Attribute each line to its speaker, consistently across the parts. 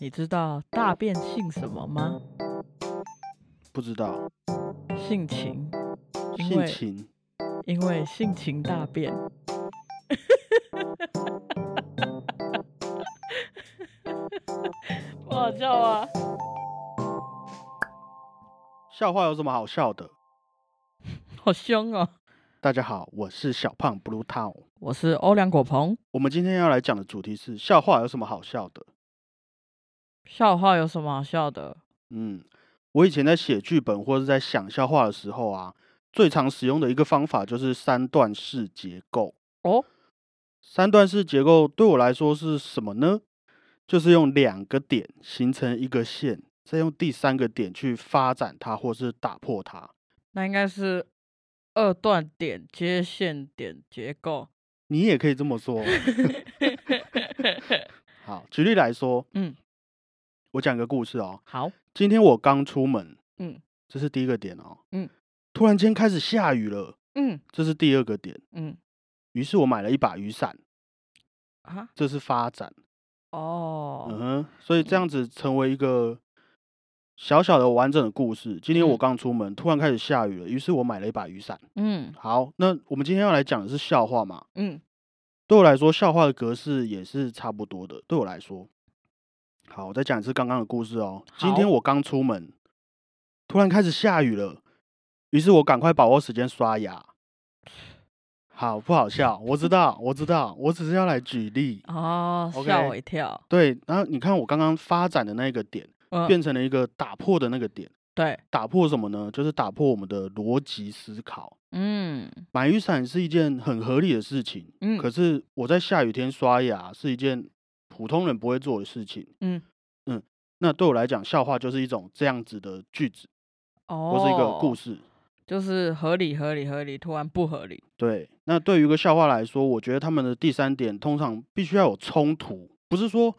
Speaker 1: 你知道大便姓什么吗？
Speaker 2: 不知道
Speaker 1: 姓秦，因
Speaker 2: 性
Speaker 1: 为
Speaker 2: 情
Speaker 1: 因为性情大 变。不好笑啊！
Speaker 2: 笑话有什么好笑的？
Speaker 1: 好凶哦！
Speaker 2: 大家好，我是小胖 Blue Town。
Speaker 1: 我是欧良果鹏，
Speaker 2: 我们今天要来讲的主题是笑话有什么好笑的？
Speaker 1: 笑话有什么好笑的？
Speaker 2: 嗯，我以前在写剧本或者在想笑话的时候啊，最常使用的一个方法就是三段式结构。
Speaker 1: 哦，
Speaker 2: 三段式结构对我来说是什么呢？就是用两个点形成一个线，再用第三个点去发展它或是打破它。
Speaker 1: 那应该是二段点接线点结构。
Speaker 2: 你也可以这么说。 好，举例来说，
Speaker 1: 嗯，
Speaker 2: 我讲个故事哦。
Speaker 1: 好，
Speaker 2: 今天我刚出门，
Speaker 1: 嗯
Speaker 2: 这是第一个点哦。
Speaker 1: 嗯，
Speaker 2: 突然间开始下雨了，
Speaker 1: 嗯
Speaker 2: 这是第二个点。
Speaker 1: 嗯
Speaker 2: 于是我买了一把雨伞，
Speaker 1: 啊，
Speaker 2: 这是发展。
Speaker 1: 哦，
Speaker 2: 嗯哼，所以这样子成为一个小小的完整的故事。今天我
Speaker 1: 嗯
Speaker 2: 刚出门，突然开始下雨了，于是我买了一把雨伞。
Speaker 1: 嗯
Speaker 2: 好，那我们今天要来讲的是笑话嘛？
Speaker 1: 嗯，
Speaker 2: 对我来说，笑话的格式也是差不多的。对我来说，好，我再讲一次刚刚的故事哦。今天
Speaker 1: 好
Speaker 2: 我刚出门，突然开始下雨了，于是我赶快把握时间刷牙。好，不好笑？我知道，我知道，我只是要来举例。
Speaker 1: 哦，吓
Speaker 2: OK
Speaker 1: 我一跳。
Speaker 2: 对，然后你看我刚刚发展的那个点，
Speaker 1: 嗯，
Speaker 2: 变成了一个打破的那个点。
Speaker 1: 对，
Speaker 2: 打破什么呢？就是打破我们的逻辑思考。
Speaker 1: 嗯
Speaker 2: 买雨伞是一件很合理的事情，
Speaker 1: 嗯，
Speaker 2: 可是我在下雨天刷牙是一件普通人不会做的事情。
Speaker 1: 嗯
Speaker 2: 嗯，那对我来讲，笑话就是一种这样子的句子，
Speaker 1: 哦，
Speaker 2: 或是一个故，事。
Speaker 1: 就是合理合理合理，突然不合理。
Speaker 2: 对，那对于一个笑话来说，我觉得他们的第三点通常必须要有冲突，不是说，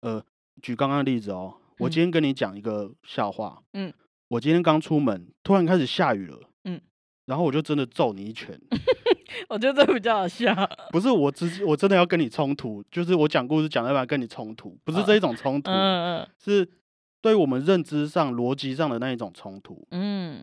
Speaker 2: 呃，举刚刚的例子哦，我
Speaker 1: 嗯
Speaker 2: 今天跟你讲一个笑话，
Speaker 1: 嗯，
Speaker 2: 我今天刚出门，突然开始下雨了，
Speaker 1: 嗯，
Speaker 2: 然后我就真的揍你一拳，
Speaker 1: 我觉得这比较好 笑。
Speaker 2: 不是我直我真的要跟你冲突，就是我讲故事讲到一半跟你冲突，不
Speaker 1: 呃
Speaker 2: 是这一种冲突，
Speaker 1: 嗯
Speaker 2: 是对我们认知上、逻辑上的那一种冲突，
Speaker 1: 嗯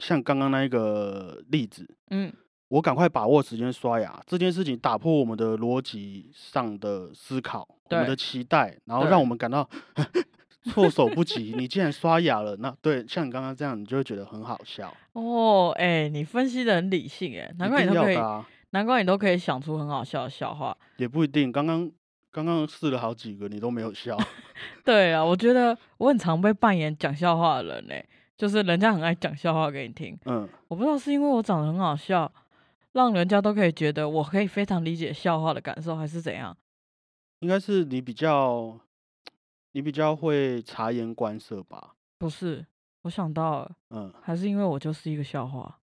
Speaker 2: 像刚刚那一个例子，
Speaker 1: 嗯
Speaker 2: 我赶快把握时间刷牙这件事情，打破我们的逻辑上的思考，我们
Speaker 1: 对
Speaker 2: 的期待，然后让
Speaker 1: 对
Speaker 2: 我们感到 措手不及。你既然刷牙了，那对，像你刚刚这样，你就会觉得很好笑。
Speaker 1: 嗯，哦，哎、你分析的很理性，哎，难怪
Speaker 2: 一
Speaker 1: 你
Speaker 2: 定
Speaker 1: 都
Speaker 2: 要
Speaker 1: 可以
Speaker 2: 的、，啊，
Speaker 1: 难怪你都可以想出很好笑的笑话。
Speaker 2: 也不一定。刚刚刚刚试了好几个，你都没有笑，
Speaker 1: 对啊，我觉得我很常被扮演讲笑话的人嘞，就是人家很爱讲笑话给你听。
Speaker 2: 嗯，
Speaker 1: 我不知道是因为我长得很好笑，让人家都可以觉得我可以非常理解笑话的感受，还是怎样？
Speaker 2: 应该是你比较，你比较会察言观色吧，
Speaker 1: 不是，我想到了，
Speaker 2: 嗯，
Speaker 1: 还是因为我就是一个笑话。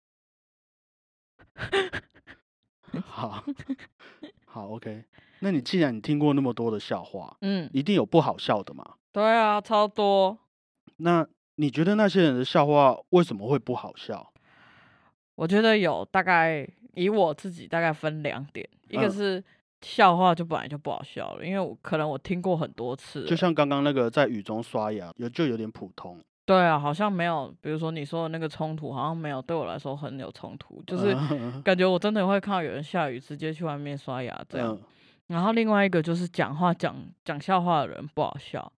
Speaker 2: 好，好，OK。那你既然你听过那么多的笑话，
Speaker 1: 嗯，
Speaker 2: 一定有不好笑的嘛？
Speaker 1: 对啊，超多。
Speaker 2: 那你觉得那些人的笑话为什么会不好笑？
Speaker 1: 我觉得有大概以我自己大概分两点，一个
Speaker 2: 嗯
Speaker 1: 是笑话就本来就不好笑了，因为我可能我听过很多次了，
Speaker 2: 就像刚刚那个在雨中刷牙，有就有点普通，
Speaker 1: 对啊，好像没有，比如说你说的那个冲突，好像没有对我来说很有冲突， 就是
Speaker 2: 嗯
Speaker 1: 感觉我真的会看到有人下雨直接去外面刷牙这样。
Speaker 2: 嗯
Speaker 1: 然后另外一个就是讲话讲讲笑话的人不好笑，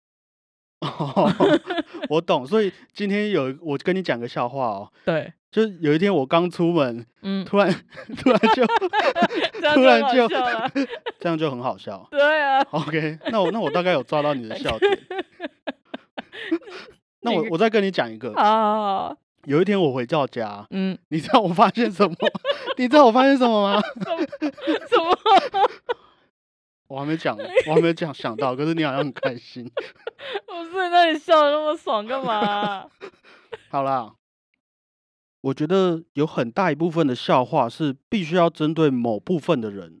Speaker 2: 哦 我懂。所以今天有一我跟你讲个笑话哦，
Speaker 1: 对，
Speaker 2: 就是有一天我刚出门，
Speaker 1: 嗯，
Speaker 2: 突然突然就
Speaker 1: 这样
Speaker 2: 突然
Speaker 1: 很好
Speaker 2: 就
Speaker 1: 笑了，
Speaker 2: 这样就很好笑。
Speaker 1: 对啊，
Speaker 2: OK，那我那我大概有抓到你的笑点。那我
Speaker 1: 你
Speaker 2: 我再跟你讲一个，
Speaker 1: 啊，
Speaker 2: 有一天我回到家，
Speaker 1: 嗯，
Speaker 2: 你知道我发现什么？ 你知道我发现什么吗？
Speaker 1: 什么？
Speaker 2: 我还没讲，我还没讲想到，可是你好像很开心。
Speaker 1: 不是，那你笑的那么爽干嘛啊、
Speaker 2: 好啦，我觉得有很大一部分的笑话是必须要针对某部分的人，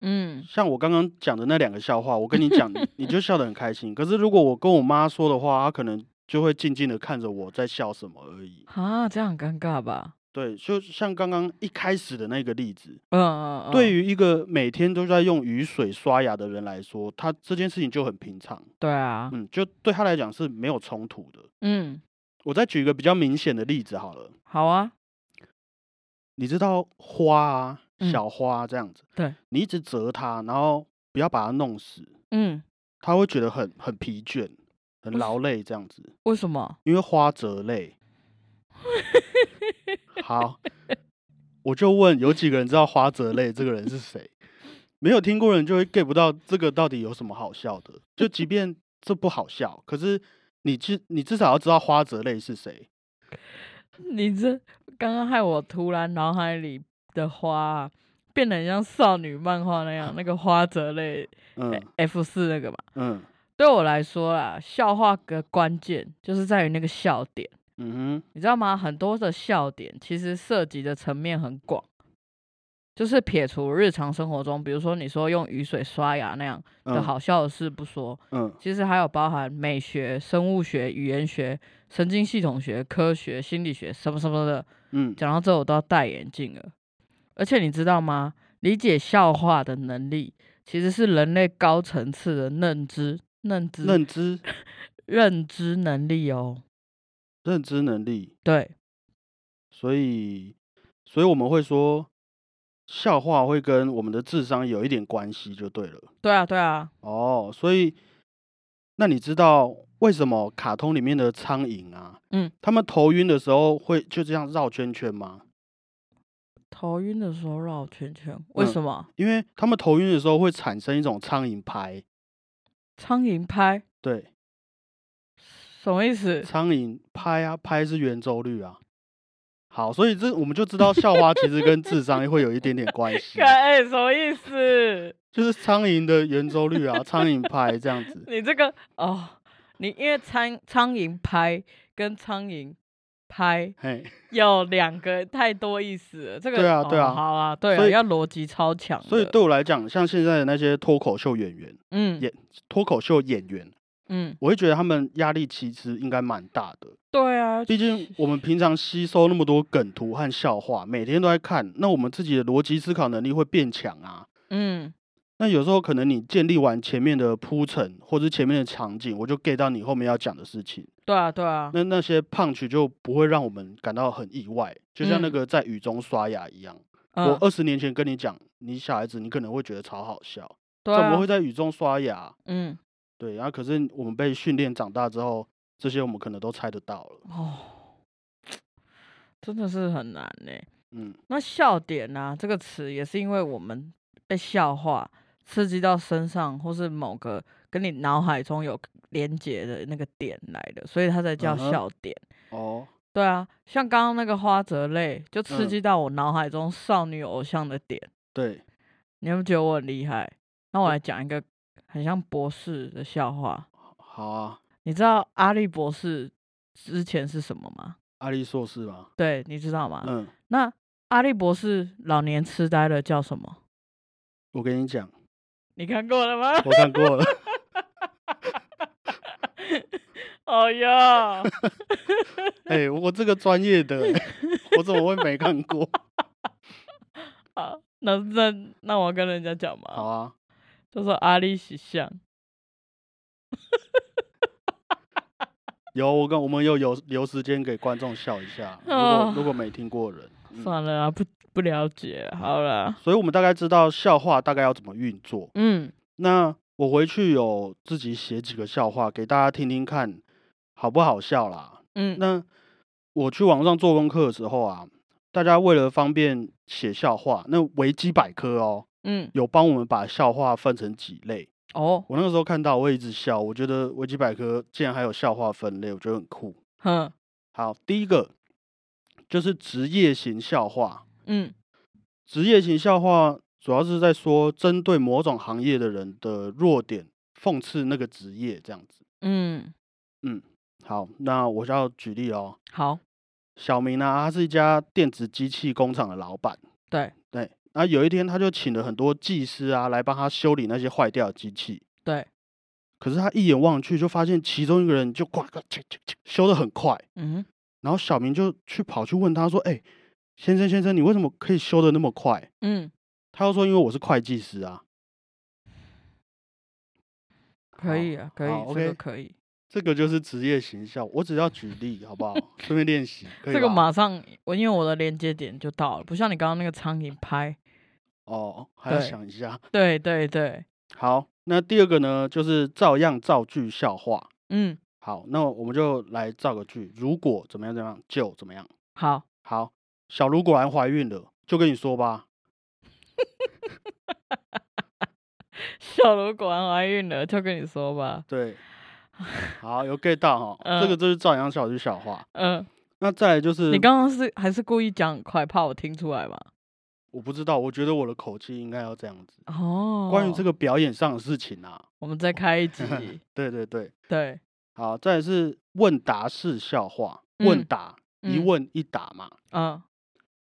Speaker 1: 嗯，
Speaker 2: 像我刚刚讲的那两个笑话，我跟你讲，你就笑得很开心。可是如果我跟我妈说的话，她可能就会静静的看着我在笑什么而已。
Speaker 1: 啊，这样很尴尬吧？
Speaker 2: 对，就像刚刚一开始的那个例子，
Speaker 1: 嗯嗯嗯，
Speaker 2: 对于一个每天都在用雨水刷牙的人来说，他这件事情就很平常，
Speaker 1: 对啊，
Speaker 2: 嗯，就对他来讲是没有冲突的。
Speaker 1: 嗯，
Speaker 2: 我再举一个比较明显的例子好了，
Speaker 1: 好啊，
Speaker 2: 你知道花啊，
Speaker 1: 嗯
Speaker 2: 小花啊这样子，
Speaker 1: 对
Speaker 2: 你一直折它，然后不要把它弄死，
Speaker 1: 嗯，
Speaker 2: 它会觉得很很疲倦、很
Speaker 1: 为
Speaker 2: 劳累这样子，
Speaker 1: 为什么？
Speaker 2: 因为花折累。好，我就问有几个人知道花泽类这个人是谁？没有听过的人就会 get 不到这个到底有什么好笑的。就即便这不好笑，可是你至你至少要知道花泽类是谁。
Speaker 1: 你这刚刚害我突然脑海里的花啊、变得很像少女漫画那样，那个花泽类
Speaker 2: 嗯
Speaker 1: F 四那个嘛。
Speaker 2: 嗯
Speaker 1: 对我来说啦，笑话的关键就是在于那个笑点，
Speaker 2: 嗯哼，
Speaker 1: 你知道吗？很多的笑点其实涉及的层面很广，就是撇除日常生活中，比如说你说用雨水刷牙那样的
Speaker 2: 嗯
Speaker 1: 好笑的事不说，
Speaker 2: 嗯
Speaker 1: 其实还有包含美学、生物学、语言学、神经系统学、科学、心理学什么什么的，
Speaker 2: 嗯，
Speaker 1: 讲到这我都要戴眼镜了。而且你知道吗？理解笑话的能力其实是人类高层次的认知、认知、
Speaker 2: 认知
Speaker 1: 认知能力哦。
Speaker 2: 认知能力，
Speaker 1: 对，
Speaker 2: 所以所以我们会说，笑话会跟我们的智商有一点关系，就对了。
Speaker 1: 对啊，对啊，
Speaker 2: 哦，所以那你知道为什么卡通里面的苍蝇啊，
Speaker 1: 嗯，
Speaker 2: 他们头晕的时候会就这样绕圈圈吗？
Speaker 1: 头晕的时候绕圈圈，为
Speaker 2: 嗯
Speaker 1: 什么？
Speaker 2: 因为他们头晕的时候会产生一种苍蝇拍，
Speaker 1: 苍蝇拍
Speaker 2: 对，
Speaker 1: 什么意 思？
Speaker 2: 苍蝇拍啊，拍是圆周率啊。好，所以这我们就知道校花其实跟智商会有一点点关 系，
Speaker 1: 哎、什么意思？
Speaker 2: 就是苍蝇的圆周率啊，苍蝇拍这 样子。
Speaker 1: 你这个哦，你因为苍苍蝇拍跟苍蝇拍
Speaker 2: 嘿，
Speaker 1: 有两个太多意思了，这个
Speaker 2: 对啊对
Speaker 1: 哦
Speaker 2: 啊
Speaker 1: 好啊，对啊，
Speaker 2: 所以
Speaker 1: 要逻辑超强的，
Speaker 2: 所以对我来讲，像现在的那些脱口秀演员、
Speaker 1: 嗯
Speaker 2: 也脱口秀演员，
Speaker 1: 嗯，
Speaker 2: 我会觉得他们压力其实应该蛮大的。
Speaker 1: 对啊，
Speaker 2: 毕竟我们平常吸收那么多梗图和笑话，每天都在看，那我们自己的逻辑思考能力会变强啊。
Speaker 1: 嗯
Speaker 2: 那有时候可能你建立完前面的铺陈或者前面的场景，我就 get 到你后面要讲的事情，
Speaker 1: 对啊对啊，
Speaker 2: 那那些 punch 就不会让我们感到很意外，就像那
Speaker 1: 嗯
Speaker 2: 个在雨中刷牙一样。我
Speaker 1: 嗯
Speaker 2: 二十年前跟你讲，你小孩子你可能会觉得超好笑，
Speaker 1: 对
Speaker 2: 怎
Speaker 1: 啊
Speaker 2: 么会在雨中刷牙？
Speaker 1: 嗯
Speaker 2: 对，然、后可是我们被训练长大之后，这些我们可能都猜得到了。
Speaker 1: 哦，真的是很难呢、
Speaker 2: 嗯，
Speaker 1: 那笑点呢、这个词也是因为我们被笑话刺激到身上，或是某个跟你脑海中有连接的那个点来的，所以它才叫
Speaker 2: 嗯哼
Speaker 1: 笑点。
Speaker 2: 哦，
Speaker 1: 对啊，像刚刚那个花泽类就刺
Speaker 2: 嗯
Speaker 1: 激到我脑海中少女偶像的点，
Speaker 2: 对，
Speaker 1: 你有没有觉得我很厉害？那我来讲一个很像博士的笑话。
Speaker 2: 好啊，
Speaker 1: 你知道阿笠博士之前是什么吗？
Speaker 2: 阿力硕士嘛，
Speaker 1: 对，你知道吗？
Speaker 2: 嗯，
Speaker 1: 那阿笠博士老年痴呆了叫什么？
Speaker 2: 我跟你讲，
Speaker 1: 你看过了吗？
Speaker 2: 我看过了，
Speaker 1: 哦 哟，
Speaker 2: 哎、我这个专业的 欸、我怎么会没看过？
Speaker 1: 好，那那那我跟人家讲嘛，
Speaker 2: 好啊，
Speaker 1: 就说阿笠喜相，
Speaker 2: 有我跟我们有有留时间给观众笑一下，如果如果没听过的人，嗯，
Speaker 1: 算了啊，不不了解了，好了，
Speaker 2: 所以我们大概知道笑话大概要怎么运作。
Speaker 1: 嗯，
Speaker 2: 那我回去有自己写几个笑话给大家听听看，好不好笑啦？
Speaker 1: 嗯，
Speaker 2: 那我去网上做功课的时候啊，大家为了方便写笑话，那维基百科哦，
Speaker 1: 嗯，
Speaker 2: 有帮我们把笑话分成几类。
Speaker 1: 哦，
Speaker 2: 我那个时候看到，我也一直笑，我觉得维基百科竟然还有笑话分类，我觉得很酷。
Speaker 1: 哼，
Speaker 2: 好，第一个就是职业型笑话，
Speaker 1: 嗯，
Speaker 2: 职业型笑话主要是在说针对某种行业的人的弱点，讽刺那个职业这样子。
Speaker 1: 嗯，
Speaker 2: 好，那我就要举例哦。
Speaker 1: 好，
Speaker 2: 小明呢、他是一家电子机器工厂的老板。
Speaker 1: 对
Speaker 2: 对，那有一天他就请了很多技师啊来帮他修理那些坏掉的机器。
Speaker 1: 对，
Speaker 2: 可是他一眼望去，就发现其中一个人就呱呱切切切修的很快，
Speaker 1: 嗯哼，
Speaker 2: 然后小明就去跑去问他说：“哎、先生先生，你为什么可以修的那么快？
Speaker 1: 嗯，
Speaker 2: 他又说因为我是会计师啊。
Speaker 1: 可以啊，可以
Speaker 2: 好，
Speaker 1: 这个
Speaker 2: ，OK
Speaker 1: 可以，
Speaker 2: 这个就是职业形象，我只要举例好不好？顺便练习，可以
Speaker 1: 这个
Speaker 2: 吧
Speaker 1: 马上我因为我的连接点就到了，不像你刚刚那个苍蝇 拍。
Speaker 2: 哦，还要
Speaker 1: 对
Speaker 2: 想一下。
Speaker 1: 对对对，
Speaker 2: 好，那第二个呢，就是照样造句笑话。
Speaker 1: 嗯，
Speaker 2: 好，那我们就来造个句，如果怎么样怎么样就怎么样。
Speaker 1: 好，
Speaker 2: 好，小卢果然怀孕了，就跟你说吧。
Speaker 1: 小卢果然怀孕了，就跟你说吧。
Speaker 2: 对，好，有 get 到哈，这个
Speaker 1: 嗯
Speaker 2: 就是照样造句笑话。
Speaker 1: 嗯，
Speaker 2: 那再来就是，
Speaker 1: 你刚刚是还是故意讲很快，怕我听出来嘛？
Speaker 2: 我不知道，我觉得我的口气应该要这样子。
Speaker 1: 哦，
Speaker 2: 关于这
Speaker 1: 个，
Speaker 2: 个表演上的事情啊，
Speaker 1: 我们再开一 集。
Speaker 2: 对对对，
Speaker 1: 对，
Speaker 2: 好，再来是问答式笑话，问
Speaker 1: 嗯
Speaker 2: 答、一
Speaker 1: 嗯
Speaker 2: 问一答嘛。
Speaker 1: 嗯，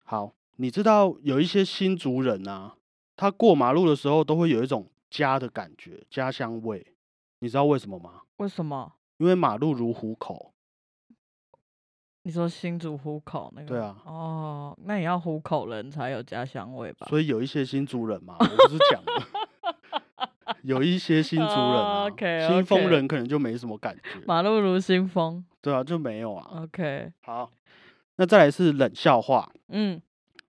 Speaker 2: 好，你知道有一些新族人啊，他过马路的时候都会有一种家的感觉，家乡味，你知道为什么吗？
Speaker 1: 为什么？
Speaker 2: 因为马路如虎口，
Speaker 1: 你说新竹虎口那个？
Speaker 2: 对啊
Speaker 1: 哦，那也要虎口人才有家乡味吧？
Speaker 2: 所以有一些新族人嘛，我不是讲了， 有一些新族人啊
Speaker 1: 哦，OK，
Speaker 2: 新丰
Speaker 1: OK
Speaker 2: 人可能就没什么感觉，
Speaker 1: 马嗯路如新风。
Speaker 2: 对啊，就没有啊。
Speaker 1: OK，
Speaker 2: 好，那再来是冷笑话，
Speaker 1: 嗯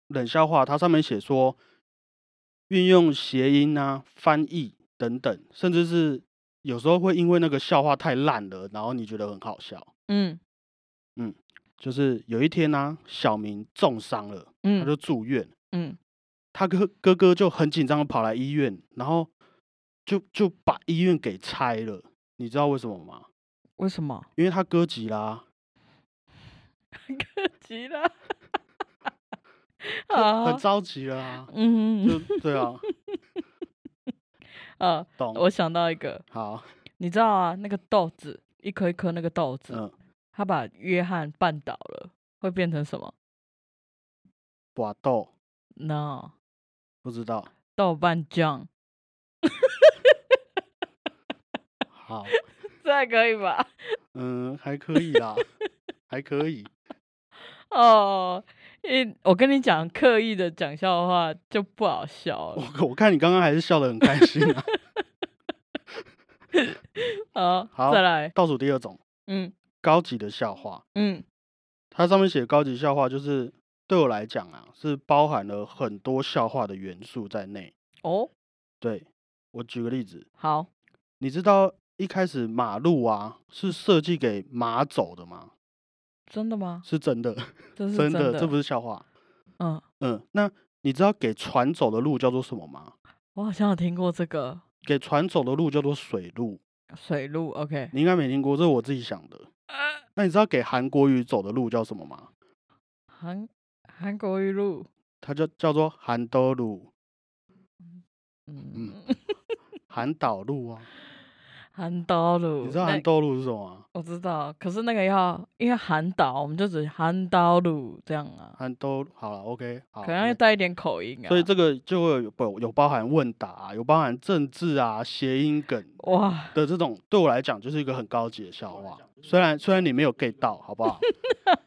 Speaker 2: 冷笑话，它上面写说，运用谐音啊、翻译等等，甚至是有时候会因为那个笑话太烂了，然后你觉得很好笑。
Speaker 1: 嗯
Speaker 2: 就是有一天呢、啊，小明重伤了，他
Speaker 1: 嗯
Speaker 2: 就住院，
Speaker 1: 嗯，
Speaker 2: 他哥哥哥就很紧张的跑来医院，然后就就把医院给拆了，你知道为什么吗？
Speaker 1: 为什么？
Speaker 2: 因为他哥急啦、
Speaker 1: 可急 了，
Speaker 2: 就很
Speaker 1: 啊，
Speaker 2: 着急 了啊，
Speaker 1: 嗯
Speaker 2: 就对啊，
Speaker 1: 啊，
Speaker 2: 懂
Speaker 1: 我想到一个，
Speaker 2: 好，
Speaker 1: 你知道啊，那个豆子一颗一颗那个豆子，
Speaker 2: 嗯，
Speaker 1: 他把约翰绊倒了，会变成什么
Speaker 2: 寡豆
Speaker 1: ？No，
Speaker 2: 不知道，
Speaker 1: 豆瓣酱，
Speaker 2: 好，
Speaker 1: 这还可以吧？
Speaker 2: 嗯，还可以啦，还可以。
Speaker 1: 哦，一我跟你讲，刻意的讲笑话就不好笑了
Speaker 2: 我我看你刚刚还是笑得很开心啊。
Speaker 1: 啊。
Speaker 2: 好
Speaker 1: 再来，
Speaker 2: 倒数第二种，
Speaker 1: 嗯
Speaker 2: 高级的笑话，
Speaker 1: 嗯
Speaker 2: 它上面写高级笑话，就是对我来讲啊，是包含了很多笑话的元素在内。
Speaker 1: 哦，
Speaker 2: 对我举个例子，
Speaker 1: 好，
Speaker 2: 你知道一开始马路啊是设计给马走的吗？
Speaker 1: 真的吗？
Speaker 2: 是真的，
Speaker 1: 这是
Speaker 2: 真
Speaker 1: 的，
Speaker 2: 这不是笑话。
Speaker 1: 嗯，
Speaker 2: 嗯，那你知道给船走的路叫做什么吗？
Speaker 1: 我好像有听过这个
Speaker 2: 给船走的路叫做水路，
Speaker 1: 水路，OK，
Speaker 2: 你应该没听过，这是我自己想的。
Speaker 1: 啊
Speaker 2: 那你知道给韩国语走的路叫什么吗？
Speaker 1: 韩韩国语路，
Speaker 2: 它就叫做韩德路、
Speaker 1: 嗯，
Speaker 2: 韩岛路啊。
Speaker 1: 韩岛路，
Speaker 2: 你知道
Speaker 1: 那
Speaker 2: 韩岛路是什么吗？
Speaker 1: 我知道，可是那个要因为韩岛，我们就只韩岛路这样啊，
Speaker 2: 韩岛好了，OK，好。
Speaker 1: 可能要
Speaker 2: OK
Speaker 1: 带一点口音啊。
Speaker 2: 所以这个就会有有有包含问答啊、有包含政治啊、谐音梗
Speaker 1: 哇，
Speaker 2: 的这种，对我来讲就是一个很高级的笑话。虽然虽然你没有 get 到，好不好？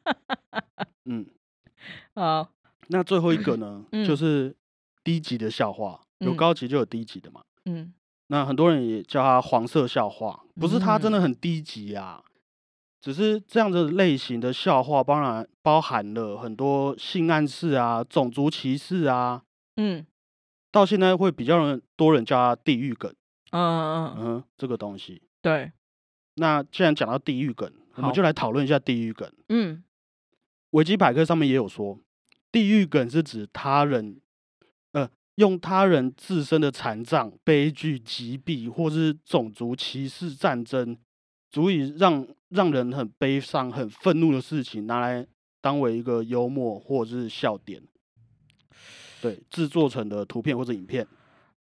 Speaker 2: 嗯，
Speaker 1: 好，
Speaker 2: 那最后一个呢，
Speaker 1: 嗯
Speaker 2: 就是低级的笑话，有
Speaker 1: 嗯
Speaker 2: 高级就有低级的嘛。
Speaker 1: 嗯，
Speaker 2: 那很多人也叫它黄色笑话，不是它真的很低级啊，只是这样的类型的笑话，当然包含了很多性暗示啊、种族歧视啊，
Speaker 1: 嗯，
Speaker 2: 到现在会比较人多人叫它地狱梗，
Speaker 1: 嗯嗯嗯，
Speaker 2: 嗯，这个东西。
Speaker 1: 对，
Speaker 2: 那既然讲到地狱梗，我们
Speaker 1: 好
Speaker 2: 就来讨论一下地狱梗。
Speaker 1: 嗯，
Speaker 2: 维基百科上面也有说，地狱梗是指他人，呃，用他人自身的残障、悲剧、疾病或是种族歧视、战争，足以让让人很悲伤、很愤怒的事情，拿来当为一个幽默或者是笑点，对，制作成的图片或者影片，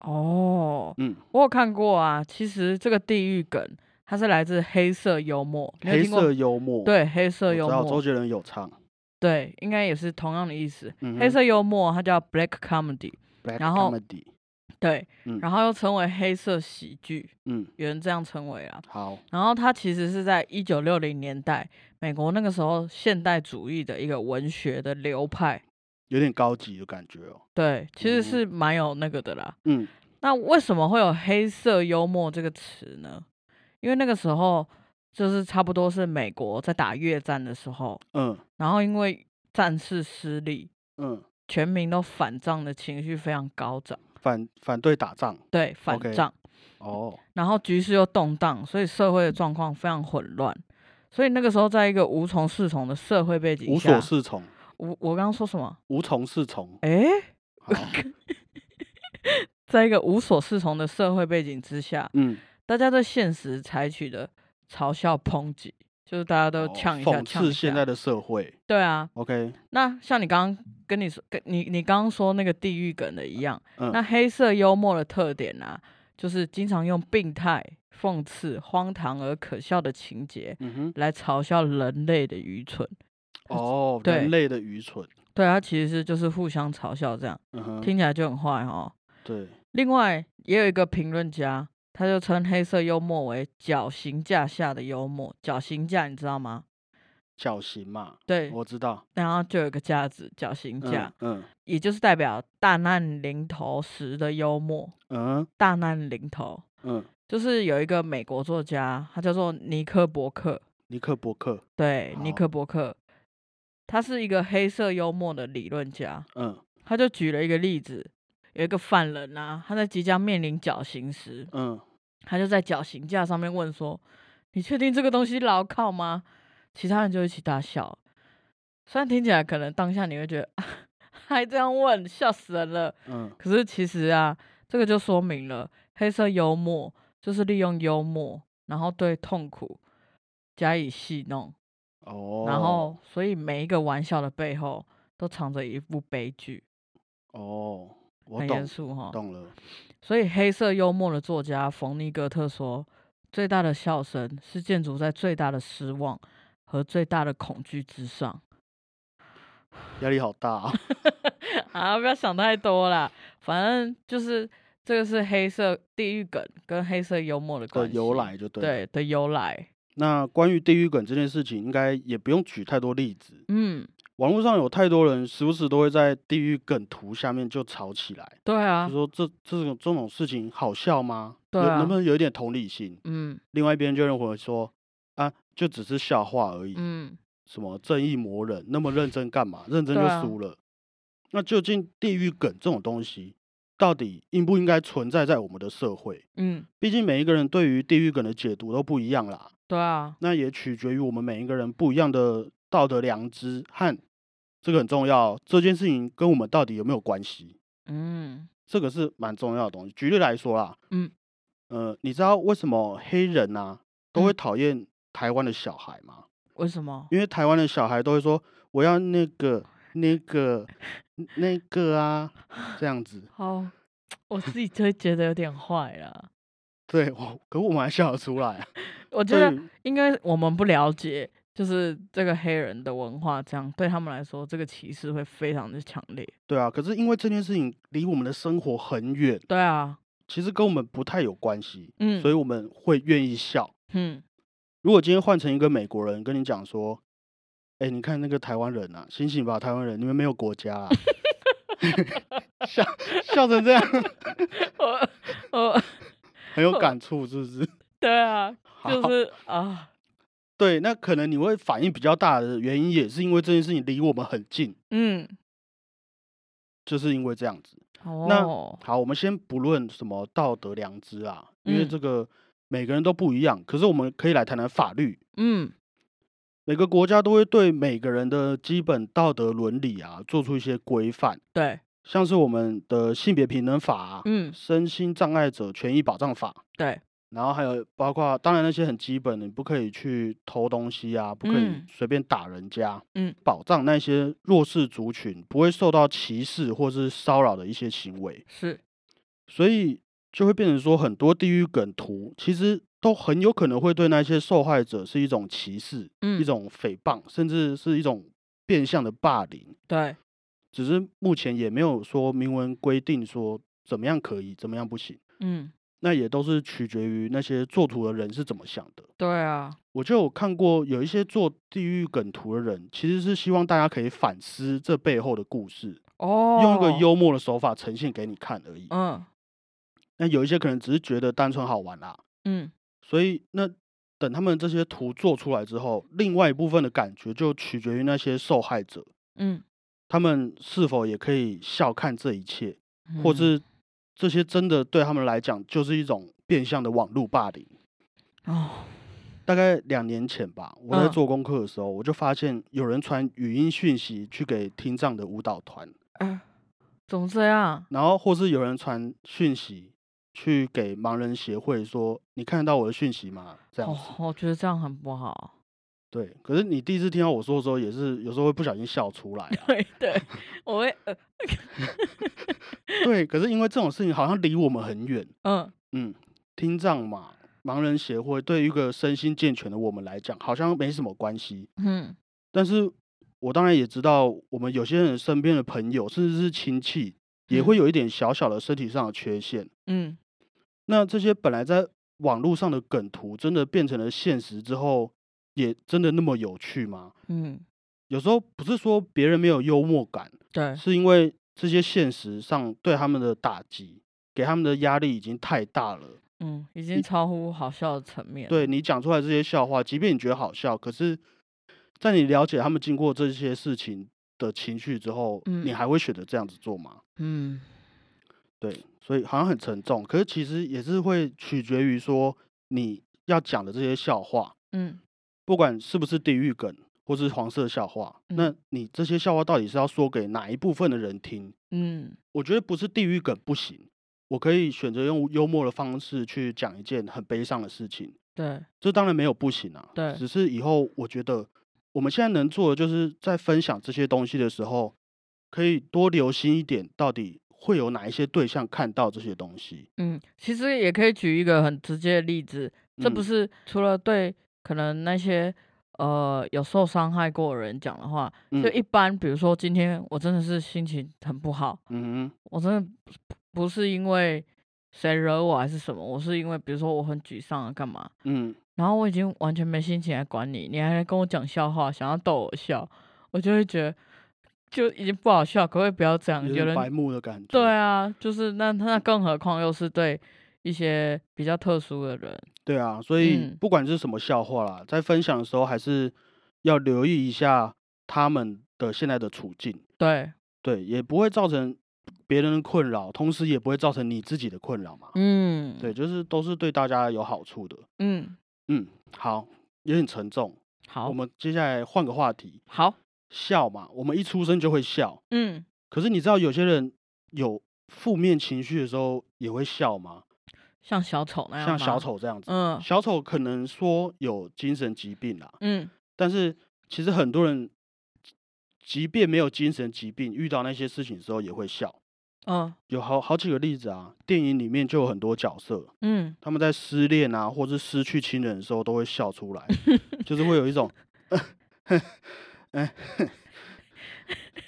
Speaker 1: 哦，
Speaker 2: 嗯，
Speaker 1: 我有看过啊。其实这个地狱梗，它是来自黑色幽默，你有
Speaker 2: 黑
Speaker 1: 听过
Speaker 2: 色幽默，，
Speaker 1: 对黑色
Speaker 2: 我
Speaker 1: 幽
Speaker 2: 知道周
Speaker 1: 默，
Speaker 2: 杰伦有唱，
Speaker 1: 对，应该也是同样的意思。
Speaker 2: 嗯
Speaker 1: 黑
Speaker 2: 哼
Speaker 1: 色幽默它叫 black comedy，
Speaker 2: ，Black
Speaker 1: 然后
Speaker 2: Comedy，
Speaker 1: 对，
Speaker 2: 嗯
Speaker 1: 然后又称为黑色喜剧，
Speaker 2: 嗯，
Speaker 1: 有人这样称为啊。
Speaker 2: 好，
Speaker 1: 然后它其实是在一九六零年代美国那个时候现代主义的一个文学的流派，
Speaker 2: 有点高级的感觉哦。
Speaker 1: 对，其实
Speaker 2: 嗯
Speaker 1: 是蛮有那个的啦。
Speaker 2: 嗯，
Speaker 1: 那为什么会有“黑色幽默”这个词呢？因为那个时候就是差不多是美国在打越战的时候，
Speaker 2: 嗯
Speaker 1: 然后因为战事失利，
Speaker 2: 嗯，
Speaker 1: 全民都反战的情绪非常高涨，
Speaker 2: 反反对打仗
Speaker 1: 对反
Speaker 2: OK
Speaker 1: 战
Speaker 2: 哦，
Speaker 1: 然后局势又动荡，所以社会的状况非常混乱。所以那个时候，在一个无从适从的社会背景
Speaker 2: 无
Speaker 1: 下，
Speaker 2: 所适从，
Speaker 1: 无我刚刚说什么？
Speaker 2: 无从适从。
Speaker 1: 诶，
Speaker 2: 好，
Speaker 1: 在一个无所适从的社会背景之下，
Speaker 2: 嗯，
Speaker 1: 大家对现实采取的嘲笑、抨击，就是大家都
Speaker 2: 哦
Speaker 1: 呛一下、
Speaker 2: 讽
Speaker 1: 呛一
Speaker 2: 刺现
Speaker 1: 下
Speaker 2: 在。的社会。
Speaker 1: 对啊，
Speaker 2: OK，
Speaker 1: 那像你刚刚跟你说，跟你你刚刚说那个地狱梗的一样，
Speaker 2: 嗯
Speaker 1: 那黑色幽默的特点啊，就是经常用病态、讽刺、荒唐而可笑的情节
Speaker 2: 嗯哼，
Speaker 1: 来嘲笑人类的愚蠢。
Speaker 2: 哦，
Speaker 1: 对
Speaker 2: 人类的愚蠢。
Speaker 1: 对，它其实是就是互相嘲笑，这样
Speaker 2: 嗯哼，
Speaker 1: 听起来就很坏哦。
Speaker 2: 对，
Speaker 1: 另外，也有一个评论家，他就称黑色幽默为绞刑架下的幽默。绞刑架你知道吗？
Speaker 2: 绞刑嘛，
Speaker 1: 对，
Speaker 2: 我知道。
Speaker 1: 然后就有一个架子，绞刑架，
Speaker 2: 嗯嗯
Speaker 1: 也就是代表大难临头时的幽默。
Speaker 2: 嗯
Speaker 1: 大难临头，
Speaker 2: 嗯，
Speaker 1: 就是有一个美国作家，他叫做尼克伯克，
Speaker 2: 尼克伯克。
Speaker 1: 对，尼
Speaker 2: 好
Speaker 1: 克伯克，他是一个黑色幽默的理论家。
Speaker 2: 嗯
Speaker 1: 他就举了一个例子，有一个犯人啊，他在即将面临绞刑时，
Speaker 2: 嗯
Speaker 1: 他就在绞刑架上面问说：“你确定这个东西牢靠吗？”其他人就一起大笑。虽然听起来可能当下你会觉得、啊、 还这样问，笑死人了。
Speaker 2: 嗯
Speaker 1: 可是其实啊，这个就说明了黑色幽默就是利用幽默，然后对痛苦加以戏弄，
Speaker 2: 哦，
Speaker 1: 然后所以每一个玩笑的背后都藏着一副悲剧，
Speaker 2: 哦，我
Speaker 1: 很严
Speaker 2: 懂
Speaker 1: 肃哈。
Speaker 2: 懂了。
Speaker 1: 所以，黑色幽默的作家冯尼格特说：“最大的笑声是建筑在最大的失望和最大的恐惧之上。
Speaker 2: 压力好大、啊。”
Speaker 1: 啊，不要想太多啦，反正就是这个是黑色地狱梗跟黑色幽默的
Speaker 2: 的
Speaker 1: 关系
Speaker 2: 由来就对了。
Speaker 1: 对的由来。
Speaker 2: 那关于地狱梗这件事情，应该也不用举太多例子。
Speaker 1: 嗯，
Speaker 2: 网络上有太多人时不时都会在地狱梗图下面就吵起来，
Speaker 1: 对啊
Speaker 2: 就，说这这种这种事情好笑吗？
Speaker 1: 对
Speaker 2: 能
Speaker 1: 啊
Speaker 2: 能不能有一点同理心？
Speaker 1: 嗯
Speaker 2: 另外一边就认为说啊，就只是笑话而已，
Speaker 1: 嗯，
Speaker 2: 什么正义魔人那么认真干嘛？认真就
Speaker 1: 对啊
Speaker 2: 输了。那究竟地狱梗这种东西，到底应不应该存在在我们的社会？
Speaker 1: 嗯，
Speaker 2: 毕竟每一个人对于地狱梗的解读都不一样啦。
Speaker 1: 对啊，
Speaker 2: 那也取决于我们每一个人不一样的道德良知和这个很重要，这件事情跟我们到底有没有关系，
Speaker 1: 嗯
Speaker 2: 这个是蛮重要的东西。举例来说啦，
Speaker 1: 嗯，
Speaker 2: 呃，你知道为什么黑人啊都会
Speaker 1: 嗯
Speaker 2: 讨厌台湾的小孩吗？
Speaker 1: 为什么？
Speaker 2: 因为台湾的小孩都会说我要那个那个那个啊，这样子。
Speaker 1: 好，我自己就会觉得有点坏了。
Speaker 2: 对，我可我们还笑得出来、啊。
Speaker 1: 我觉得
Speaker 2: 对，
Speaker 1: 应该我们不了解，就是这个黑人的文化，这样对他们来说，这个歧视会非常的强烈。
Speaker 2: 对啊，可是因为这件事情离我们的生活很远，
Speaker 1: 对啊，
Speaker 2: 其实跟我们不太有关系。
Speaker 1: 嗯，
Speaker 2: 所以
Speaker 1: 以，
Speaker 2: 我们会愿意笑。
Speaker 1: 嗯，
Speaker 2: 如果今天换成一个美国人跟你讲说：“哎、你看那个台湾人啊，醒醒吧，台湾人，你们没有国家、啊。”笑笑成这样，
Speaker 1: 我我
Speaker 2: 很 有感触，是不是？
Speaker 1: 对 啊，
Speaker 2: 好
Speaker 1: 就是啊，
Speaker 2: 对，那可能你会反应比较大的原因，也是因为这件事情离我们很近，
Speaker 1: 嗯，
Speaker 2: 就是因为这样子。
Speaker 1: 哦，
Speaker 2: 好，我们先不论什么道德良知啊，因为
Speaker 1: 嗯
Speaker 2: 这个每个人都不一样。可是我们可以来谈谈法律，
Speaker 1: 嗯，
Speaker 2: 每个国家都会对每个人的基本道德伦理啊做出一些规范，
Speaker 1: 对，
Speaker 2: 像是我们的性别平等法啊、
Speaker 1: 嗯，
Speaker 2: 身心障碍者权益保障法，
Speaker 1: 对，
Speaker 2: 然后还有包括当然那些很基本的，你不可以去偷东西啊，不可以
Speaker 1: 嗯
Speaker 2: 随便打人家，
Speaker 1: 嗯，
Speaker 2: 保障那些弱势族群不会受到歧视或是骚扰的一些行为，
Speaker 1: 是，
Speaker 2: 所以就会变成说很多地狱梗图其实都很有可能会对那些受害者是一种歧视，
Speaker 1: 嗯，
Speaker 2: 一，种诽谤，甚至是一种变相的霸凌。
Speaker 1: 对，
Speaker 2: 只是目前也没有说明文规定说怎么样可以，怎么样不行。
Speaker 1: 嗯，
Speaker 2: 那也都是取决于那些做图的人是怎么想的。
Speaker 1: 对啊，
Speaker 2: 我就有看过有一些做地狱梗图的人，其实是希望大家可以反思这背后的故事，
Speaker 1: 哦，
Speaker 2: 用一个，幽默的手法呈现给你看而已。
Speaker 1: 嗯
Speaker 2: 那有一些可能只是觉得单纯好玩啦，
Speaker 1: 嗯，
Speaker 2: 所以那等他们这些图做出来之后，另外一部分的感觉就取决于那些受害者，
Speaker 1: 嗯，
Speaker 2: 他们是否也可以笑看这一切，或
Speaker 1: 嗯
Speaker 2: 是这些真的对他们来讲就是一种变相的网络霸凌。
Speaker 1: 哦，
Speaker 2: 大概两年前吧，我在
Speaker 1: 嗯
Speaker 2: 做功课的时候，我就发现有人传语音讯息去给听障的舞蹈团，
Speaker 1: 哎，怎么这样？
Speaker 2: 然后或是有人传讯息去给盲人协会说：“你看得到我的讯息吗？”这样子。
Speaker 1: 哦，我觉得这样很不好。
Speaker 2: 对，可是你第一次听到我说的时候，也是有时候会不小心笑出来啊。
Speaker 1: 对对，我会，呃
Speaker 2: 对，可是因为这种事情好像离我们很远，
Speaker 1: 嗯，
Speaker 2: 嗯，听障嘛，盲人协会对于一个身心健全的我们来讲，好像没什么关系。
Speaker 1: 嗯
Speaker 2: 但是我当然也知道，我们有些人身边的朋友，甚至是亲戚，也
Speaker 1: 嗯
Speaker 2: 会有一点小小的身体上的缺陷。
Speaker 1: 嗯，
Speaker 2: 那这些本来在网络上的梗图，真的变成了现实之后，也真的那么有趣吗？
Speaker 1: 嗯，
Speaker 2: 有时候不是说别人没有幽默感，
Speaker 1: 对，
Speaker 2: 是因为这些现实上对他们的打击，给他们的压力已经太大了。
Speaker 1: 嗯，已经超乎好笑的层面。
Speaker 2: 对，你讲出来这些笑话，即便你觉得好笑，可是，在你了解他们经过这些事情的情绪之后，你
Speaker 1: 嗯
Speaker 2: 还会选择这样子做吗？
Speaker 1: 嗯，
Speaker 2: 对，所以好像很沉重，可是其实也是会取决于说你要讲的这些笑话，
Speaker 1: 嗯
Speaker 2: 不管是不是地狱梗或是黄色笑话，那你这些笑话到底是要说给哪一部分的人听？
Speaker 1: 嗯
Speaker 2: 我觉得不是地狱梗不行，我可以选择用幽默的方式去讲一件很悲伤的事情。
Speaker 1: 对，
Speaker 2: 这当然没有不行啊，
Speaker 1: 对
Speaker 2: 只是以后我觉得我们现在能做的就是在分享这些东西的时候，可以多留心一点，到底会有哪一些对象看到这些东西。
Speaker 1: 嗯，其实也可以举一个很直接的例子，这不
Speaker 2: 嗯
Speaker 1: 是除了对可能那些呃有受伤害过的人讲的话，就
Speaker 2: 嗯
Speaker 1: 一般，比如说今天我真的是心情很不好，
Speaker 2: 嗯
Speaker 1: 我真的不不是因为谁惹我还是什么，我是因为比如说我很沮丧啊干嘛，
Speaker 2: 哼嗯，
Speaker 1: 然后我已经完全没心情来管你，你还来跟我讲笑话，想要逗我笑，我就会觉得就已经不好笑，可不可以不要这样？
Speaker 2: 有
Speaker 1: 有
Speaker 2: 点
Speaker 1: 人
Speaker 2: 白目的感觉。
Speaker 1: 对啊，就是那那更何况又是对一些比较特殊的人，
Speaker 2: 对啊，所以
Speaker 1: 嗯
Speaker 2: 不管是什么笑话啦，在分享的时候还是要留意一下他们的现在的处境，
Speaker 1: 对，
Speaker 2: 对，也不会造成别人的困扰，同时也不会造成你自己的困扰嘛。
Speaker 1: 嗯，
Speaker 2: 对，，就是都是对大家有好处的。
Speaker 1: 嗯，
Speaker 2: 嗯，好，有点沉重。
Speaker 1: 好
Speaker 2: 我，们接下来换个话题，
Speaker 1: 好，
Speaker 2: 笑嘛，我们一出生就会笑。
Speaker 1: 嗯，
Speaker 2: 可是你知道有些人有负面情绪的时候也会笑吗？
Speaker 1: 像小丑那样，
Speaker 2: 像小，丑这样子，
Speaker 1: 哎嗯
Speaker 2: 小丑可能说有精神疾病啦，
Speaker 1: 嗯，
Speaker 2: 但是其实很多人即便没有精神疾病，遇到那些事情的时候也会笑。
Speaker 1: 嗯
Speaker 2: 有好好几个例子啊，电影里面就有很多角色，
Speaker 1: 嗯，
Speaker 2: 他们在失恋啊，或是失去亲人的时候，都会笑出来，就是会有一种， 哎，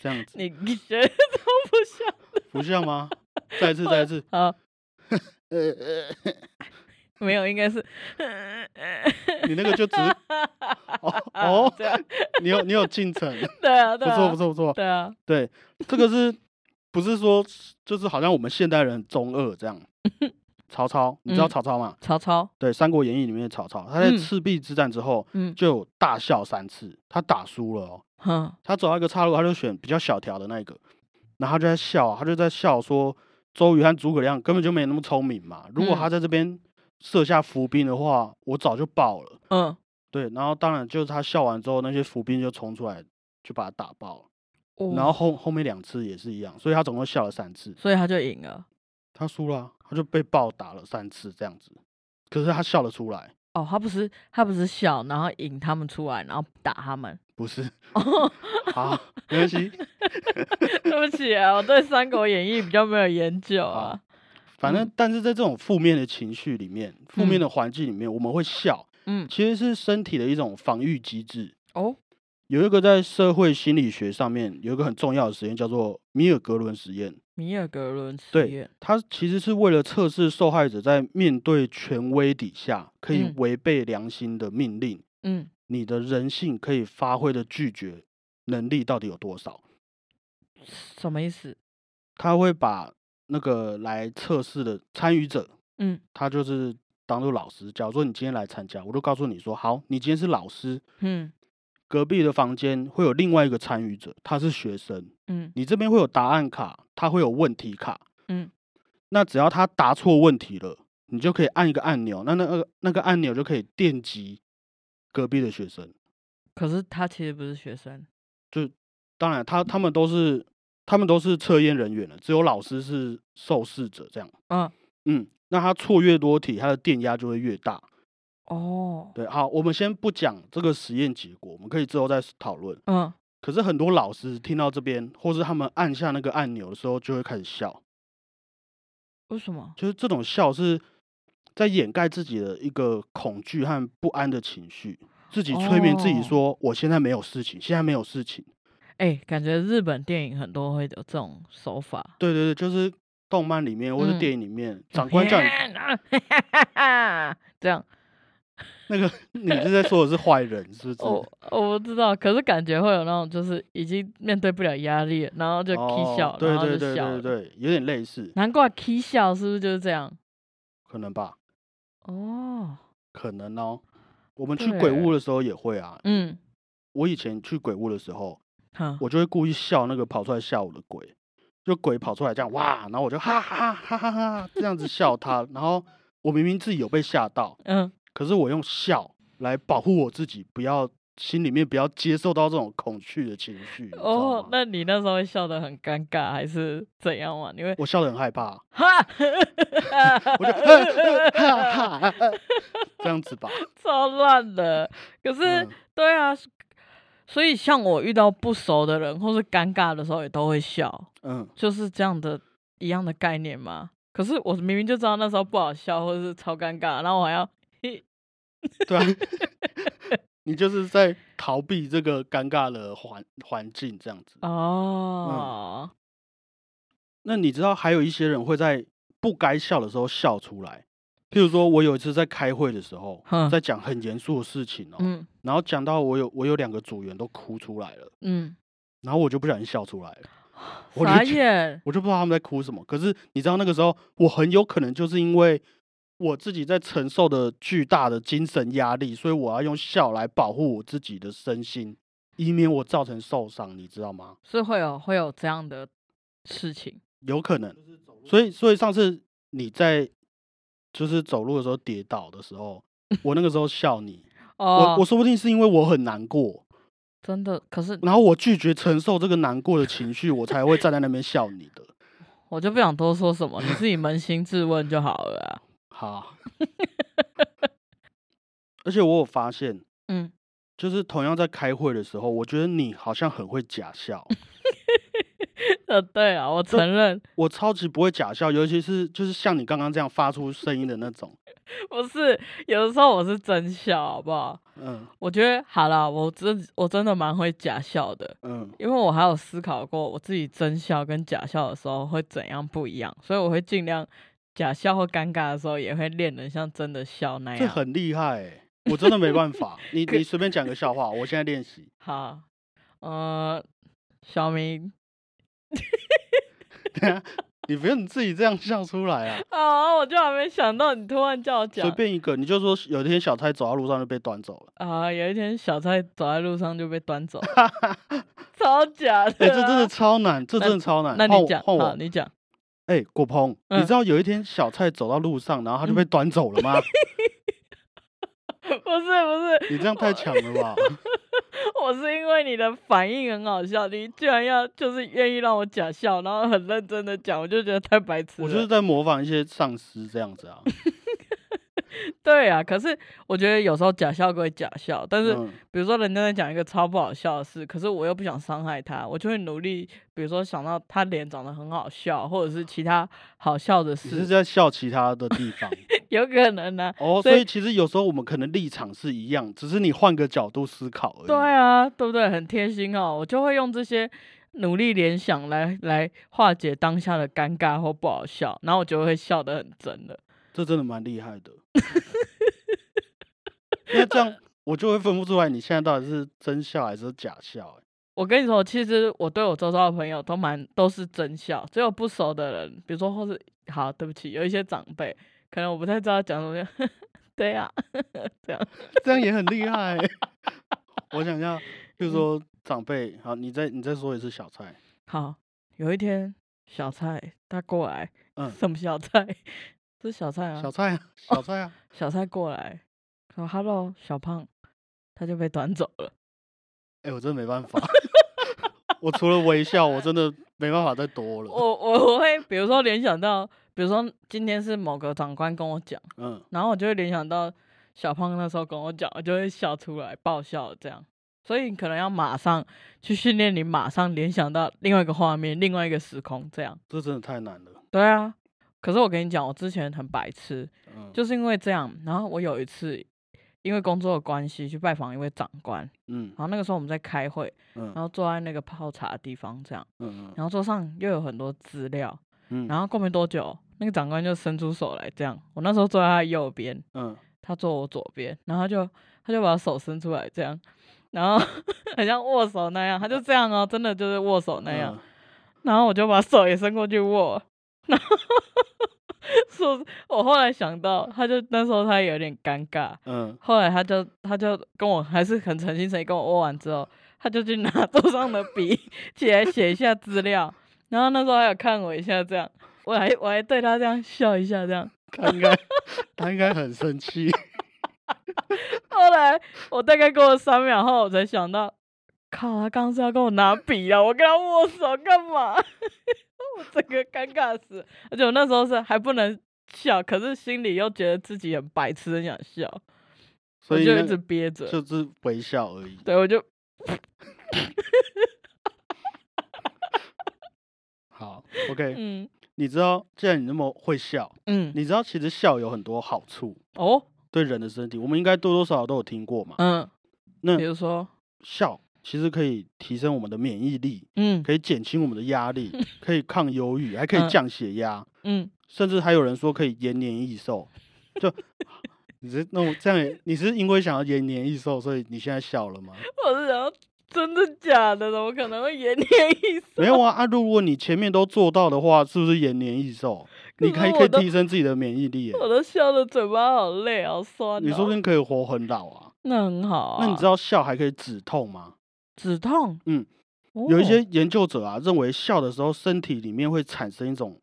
Speaker 2: 这样子，
Speaker 1: 你你觉得都不像，
Speaker 2: 不像吗？再一次，再一次，
Speaker 1: 好，
Speaker 2: 呃呃，
Speaker 1: 没有，应该是，
Speaker 2: 你那个就只是哦哦，
Speaker 1: 对啊，
Speaker 2: 你有你有进程，
Speaker 1: 对啊，
Speaker 2: 不
Speaker 1: 对啊
Speaker 2: 错不，错不错，
Speaker 1: 对啊，
Speaker 2: 对，这个是不是说就是好像我们现代人很中二 这样？曹操，你知
Speaker 1: 嗯
Speaker 2: 道曹操吗？
Speaker 1: 曹操，
Speaker 2: 对，《三国演义》里面的曹操，他在
Speaker 1: 嗯
Speaker 2: 赤壁之战之后
Speaker 1: 嗯
Speaker 2: 就有大笑三次，他打输了哦。
Speaker 1: 哼，
Speaker 2: 他走到一个岔路，他就选比较小条的那一个，然后他就在笑啊，他就在笑说周瑜和诸葛亮根本就没那么聪明嘛。如果
Speaker 1: 嗯
Speaker 2: 他在这边设下伏兵的话，我早就爆了。
Speaker 1: 嗯，
Speaker 2: 对，然后当然就是他笑完之后，那些伏兵就冲出来就把他打爆了。
Speaker 1: 哦
Speaker 2: 然后，后后面两次也是一样，所以他总共笑了三次，
Speaker 1: 所以他就赢了，
Speaker 2: 他输了啊、他就被暴打了三次这样子。可是他笑得出来，
Speaker 1: 哦，他不是他不是笑，然后引他们出来，然后打他们，
Speaker 2: 不是？
Speaker 1: 哦，
Speaker 2: 好，没 关系，
Speaker 1: 对不起啊，我对《三国演义》比较没有研究
Speaker 2: 好
Speaker 1: 啊。
Speaker 2: 反正
Speaker 1: 嗯
Speaker 2: 但是在这种负面的情绪里面，负面
Speaker 1: 嗯
Speaker 2: 的环境里面，我们会笑，
Speaker 1: 嗯，
Speaker 2: 其实是身体的一种防御机制。
Speaker 1: 哦，
Speaker 2: 有一个在社会心理学上面有一个很重要的实验，叫做米尔格伦实验。
Speaker 1: 米尔格伦实
Speaker 2: 对
Speaker 1: 验，
Speaker 2: 它其实是为了测试受害者在面对权威底下可以
Speaker 1: 嗯
Speaker 2: 违背良心的命令，
Speaker 1: 嗯，
Speaker 2: 你的人性可以发挥的拒绝能力到底有多少。
Speaker 1: 什么意思？
Speaker 2: 他会把那个来测试的参与者，
Speaker 1: 嗯
Speaker 2: 他就是当做老师。假如说你今天来参加，我都告诉你说，好，你今天是老师，
Speaker 1: 嗯
Speaker 2: 隔壁的房间会有另外一个参与者，他是学生，
Speaker 1: 嗯
Speaker 2: 你这边会有答案卡，他会有问题卡，
Speaker 1: 嗯，
Speaker 2: 那只要他答错问题了，你就可以按一个按钮，那那个那个按钮就可以电击隔壁的学生。
Speaker 1: 可是他其实不是学生，
Speaker 2: 当然，他他们都是他们都是测验人员了，只有老师是受试者这样。
Speaker 1: 嗯
Speaker 2: 嗯，那他错越多题，他的电压就会越大。
Speaker 1: 哦，
Speaker 2: 对，好，我们先不讲这个实验结果，我们可以之后再讨论。
Speaker 1: 嗯，
Speaker 2: 可是很多老师听到这边，或是他们按下那个按钮的时候，就会开始笑。
Speaker 1: 为什么？
Speaker 2: 就是这种笑是在掩盖自己的一个恐惧和不安的情绪，自己催眠自己
Speaker 1: 哦
Speaker 2: 说：“我现在没有事情，现在没有事情。
Speaker 1: 哎、感觉日本电影很多会有这种手法”。
Speaker 2: 对对对，就是动漫里面或是
Speaker 1: 嗯
Speaker 2: 电影里面，长官叫你
Speaker 1: 天啊 这样，
Speaker 2: 那个，你是在说我是坏人， 是不是？
Speaker 1: 我我不知道，可是感觉会有那种就是已经面对不了压力了，然后就 k 笑，
Speaker 2: 哦对
Speaker 1: 然后
Speaker 2: 对
Speaker 1: 就
Speaker 2: 对
Speaker 1: 笑
Speaker 2: 对
Speaker 1: 了。
Speaker 2: 对，有点类似，
Speaker 1: 难怪 k 笑是不是就是这样？
Speaker 2: 可能吧。
Speaker 1: 哦，
Speaker 2: 可能哦。我们去鬼
Speaker 1: 对
Speaker 2: 屋的时候也会啊。
Speaker 1: 嗯，
Speaker 2: 我以前去鬼屋的时候，
Speaker 1: 好，
Speaker 2: 我就会故意笑那个跑出来吓我的鬼，就鬼跑出来这样哇，然后我就哈哈哈哈哈哈这样子笑他，然后我明明自己有被吓到，
Speaker 1: 嗯，
Speaker 2: 可是我用笑来保护我自己，不要心里面不要接受到这种恐惧的情绪。你知道啊
Speaker 1: 哦
Speaker 2: 吗，
Speaker 1: 那你那时候会笑得很尴尬，还是怎样嘛？你会
Speaker 2: 我笑得很害怕，
Speaker 1: 哈，
Speaker 2: 我 就 哈哈哈哈这样子吧。
Speaker 1: 超乱的。可是，
Speaker 2: 嗯
Speaker 1: 对啊，所以像我遇到不熟的人或是尴尬的时候，也都会笑，
Speaker 2: 嗯，
Speaker 1: 就是这样的一样的概念嘛。可是我明明就知道那时候不好笑，或者是超尴尬，然后我还要
Speaker 2: 对啊， 你就是在逃避这个尴尬的环环境这样子。
Speaker 1: 哦，
Speaker 2: 那你知道还有一些人会在不该笑的时候笑出来，譬如说我有一次在开会的时候
Speaker 1: 哼，
Speaker 2: 在讲很严肃的事情哦、
Speaker 1: 嗯
Speaker 2: 然后讲到我有我有两个组员都哭出来了，
Speaker 1: 嗯，
Speaker 2: 然后我就不小心笑出来了，哦我就
Speaker 1: 傻
Speaker 2: 觉
Speaker 1: 眼，
Speaker 2: 我就不知道他们在哭什么。可是你知道那个时候，我很有可能就是因为。我自己在承受的巨大的精神压力，所以我要用笑来保护我自己的身心，以免我造成受伤，你知道吗？
Speaker 1: 是会有会有这样的事情，
Speaker 2: 有可能。所以，所以上次你在就是走路的时候跌倒的时候，我那个时候笑你，
Speaker 1: 哦
Speaker 2: 我我说不定是因为我很难过，
Speaker 1: 真的，可是
Speaker 2: 然后我拒绝承受这个难过的情绪，我才会站在那边笑你的。
Speaker 1: 我就不想多说什么，你自己扪心自问就好了啊、
Speaker 2: 好，而且我有发现，
Speaker 1: 嗯，
Speaker 2: 就是同样在开会的时候，我觉得你好像很会假笑，
Speaker 1: 呃，对啊，我承认
Speaker 2: 我超级不会假笑，尤其是就是像你刚刚这样发出声音的那种，
Speaker 1: 不是，有的时候我是真笑，好不好？
Speaker 2: 嗯
Speaker 1: 我觉得好啦，我真我真的蛮会假笑的，
Speaker 2: 嗯，
Speaker 1: 因为我还有思考过我自己真笑跟假笑的时候会怎样不一样，所以我会尽量假笑或尴尬的时候也会练得像真的笑那
Speaker 2: 这
Speaker 1: 样。
Speaker 2: 很厉害、欸，我真的没办法。 你你随便讲个笑话，我现在练习。
Speaker 1: 好，呃，小明，
Speaker 2: 等一下你不用你自己这样笑出来 啊，
Speaker 1: 啊，我就还没想到你突然叫我讲
Speaker 2: 随便一个，你就说有一天小蔡走到路上就被端走 了。
Speaker 1: 啊，有一天小蔡走在路上就被端走了超假的、啊。
Speaker 2: 哎、这真的超难，这
Speaker 1: 那
Speaker 2: 真的超难。
Speaker 1: 那
Speaker 2: 换
Speaker 1: 你
Speaker 2: 我
Speaker 1: 讲，
Speaker 2: 换
Speaker 1: 好，
Speaker 2: 我。
Speaker 1: 你讲，
Speaker 2: 哎、果鹏，
Speaker 1: 嗯
Speaker 2: 你知道有一天小蔡走到路上，然后他就被端走了吗？
Speaker 1: 不是不是，
Speaker 2: 你这样太强了 吧？
Speaker 1: 我是因为你的反应很好笑，你居然要就是愿意让我假笑，然后很认真的讲，我就觉得太白痴了。
Speaker 2: 我就是在模仿一些丧尸这样 子啊。
Speaker 1: 对啊，可是我觉得有时候假笑归假笑，但是
Speaker 2: 嗯，
Speaker 1: 比如说人家在讲一个超不好笑的事，可是我又不想伤害他，我就会努力，比如说想到他脸长得很好笑，或者是其他好笑的
Speaker 2: 你是
Speaker 1: 事，
Speaker 2: 在笑其他的地 方
Speaker 1: 有可能啊呢、
Speaker 2: 哦。
Speaker 1: 所
Speaker 2: 所
Speaker 1: 以
Speaker 2: 以其实有时候我们可能立场是一样，只是你换个角度思考而已。
Speaker 1: 对啊，对不对？很贴心哦，我就会用这些努力联想来来化解当下的尴尬或不好笑，然后我就会笑得很真了。
Speaker 2: 这真的蛮厉害 的。因为这样我就会分不出来你现在到底是真笑还是假笑、欸。
Speaker 1: 我跟你说，其实我对我周遭的朋友都蛮都是真笑，只有不熟的人，比如说或是好，对不起，有一些长辈，可能我不太知道讲什么 就，对啊呀、这样
Speaker 2: 这样也很厉害、欸。 我想一下，譬
Speaker 1: 嗯
Speaker 2: 如说长辈，好，你再你再说一次小菜，
Speaker 1: 好。有一天，小蔡他过来，
Speaker 2: 嗯
Speaker 1: 什么小蔡？ 这是小蔡啊，
Speaker 2: 小菜啊，小菜啊，
Speaker 1: 小蔡过来说 “hello，小胖”，他就被端走 了。
Speaker 2: 哎、我真的没办 法，我除了微笑，我真的没办法再多了。
Speaker 1: 我我我会比如说联想到，比如说今天是某个长官跟我讲，
Speaker 2: 嗯，
Speaker 1: 然后我就会联想到小胖那时候跟我讲，我就会笑出来，爆笑这样。所以你可能要马上去训练你，马上联想到另外一个画面、另外一个时空这样。
Speaker 2: 这真的太难了。
Speaker 1: 对啊，可是我跟你讲，我之前很白痴，
Speaker 2: 嗯，
Speaker 1: 就是因为这样，然后我有一次因为工作的关系去拜访一位长官，
Speaker 2: 嗯
Speaker 1: 然后那个时候我们在开会，
Speaker 2: 嗯
Speaker 1: 然后坐在那个泡茶的地方这样，
Speaker 2: 嗯
Speaker 1: 然后桌上又有很多资料，
Speaker 2: 嗯，
Speaker 1: 然后过没多久，那个长官就伸出手来这样，我那时候坐在他的右边，
Speaker 2: 嗯
Speaker 1: 他坐我左边，然后他就他就把手伸出来这样。然后 很像握手那样，他就这样哦，真的就是握手那样。
Speaker 2: 嗯
Speaker 1: 然后我就把手也伸过去握，然后 说，我后来想到，他就那时候他也有点尴尬，
Speaker 2: 嗯，
Speaker 1: 后来他就他就跟我还是很诚心诚意跟我握完之后，他就去拿 桌上的笔起来写一下资料，然后那时候还有看我一下这样，我还我还对他这样笑一下这样，
Speaker 2: 他应该 他应该很生气。
Speaker 1: 后来我大概过了三秒后，我才想到，靠，他刚刚是要跟我拿笔啊，我跟他握手干嘛？ 我整个尴尬死，而且我那时候是还不能笑，可是心里又觉得自己很白痴，很想笑，
Speaker 2: 所以
Speaker 1: 我就
Speaker 2: 那
Speaker 1: 一直憋着。
Speaker 2: 就是微笑而已。
Speaker 1: 对，我就
Speaker 2: 好，OK，、
Speaker 1: 嗯
Speaker 2: 你知道，既然你那么会笑，
Speaker 1: 嗯
Speaker 2: 你知道其实笑有很多好处，
Speaker 1: 哦
Speaker 2: 对人的身体，我们应该多多少少都有听过嘛。
Speaker 1: 嗯，
Speaker 2: 那
Speaker 1: 比如说
Speaker 2: 笑其实可以提升我们的免疫力，
Speaker 1: 嗯
Speaker 2: 可以减轻我们的 压力，可以抗忧郁，还可
Speaker 1: 嗯
Speaker 2: 以降血压，
Speaker 1: 嗯，
Speaker 2: 甚至还有人说可以延年益寿。就你是那我这样也，你是因为想要延年益寿，所以你现在笑了吗？
Speaker 1: 我是想要真的假的，怎么可能会延年益寿？
Speaker 2: 没有啊啊！如果你前面都做到的话，是不是延年益寿？你
Speaker 1: 可
Speaker 2: 还
Speaker 1: 是
Speaker 2: 可
Speaker 1: 我
Speaker 2: 以
Speaker 1: 都
Speaker 2: 提升自己的免疫力耶、
Speaker 1: 我都笑的嘴巴好累，好酸、哦。
Speaker 2: 你说不定可以活很老啊。
Speaker 1: 那很好啊。
Speaker 2: 那你知道笑还可以止痛吗？
Speaker 1: 止痛，
Speaker 2: 嗯
Speaker 1: 哦，
Speaker 2: 有一些研究者啊认为笑的时候，身体里面会产生一种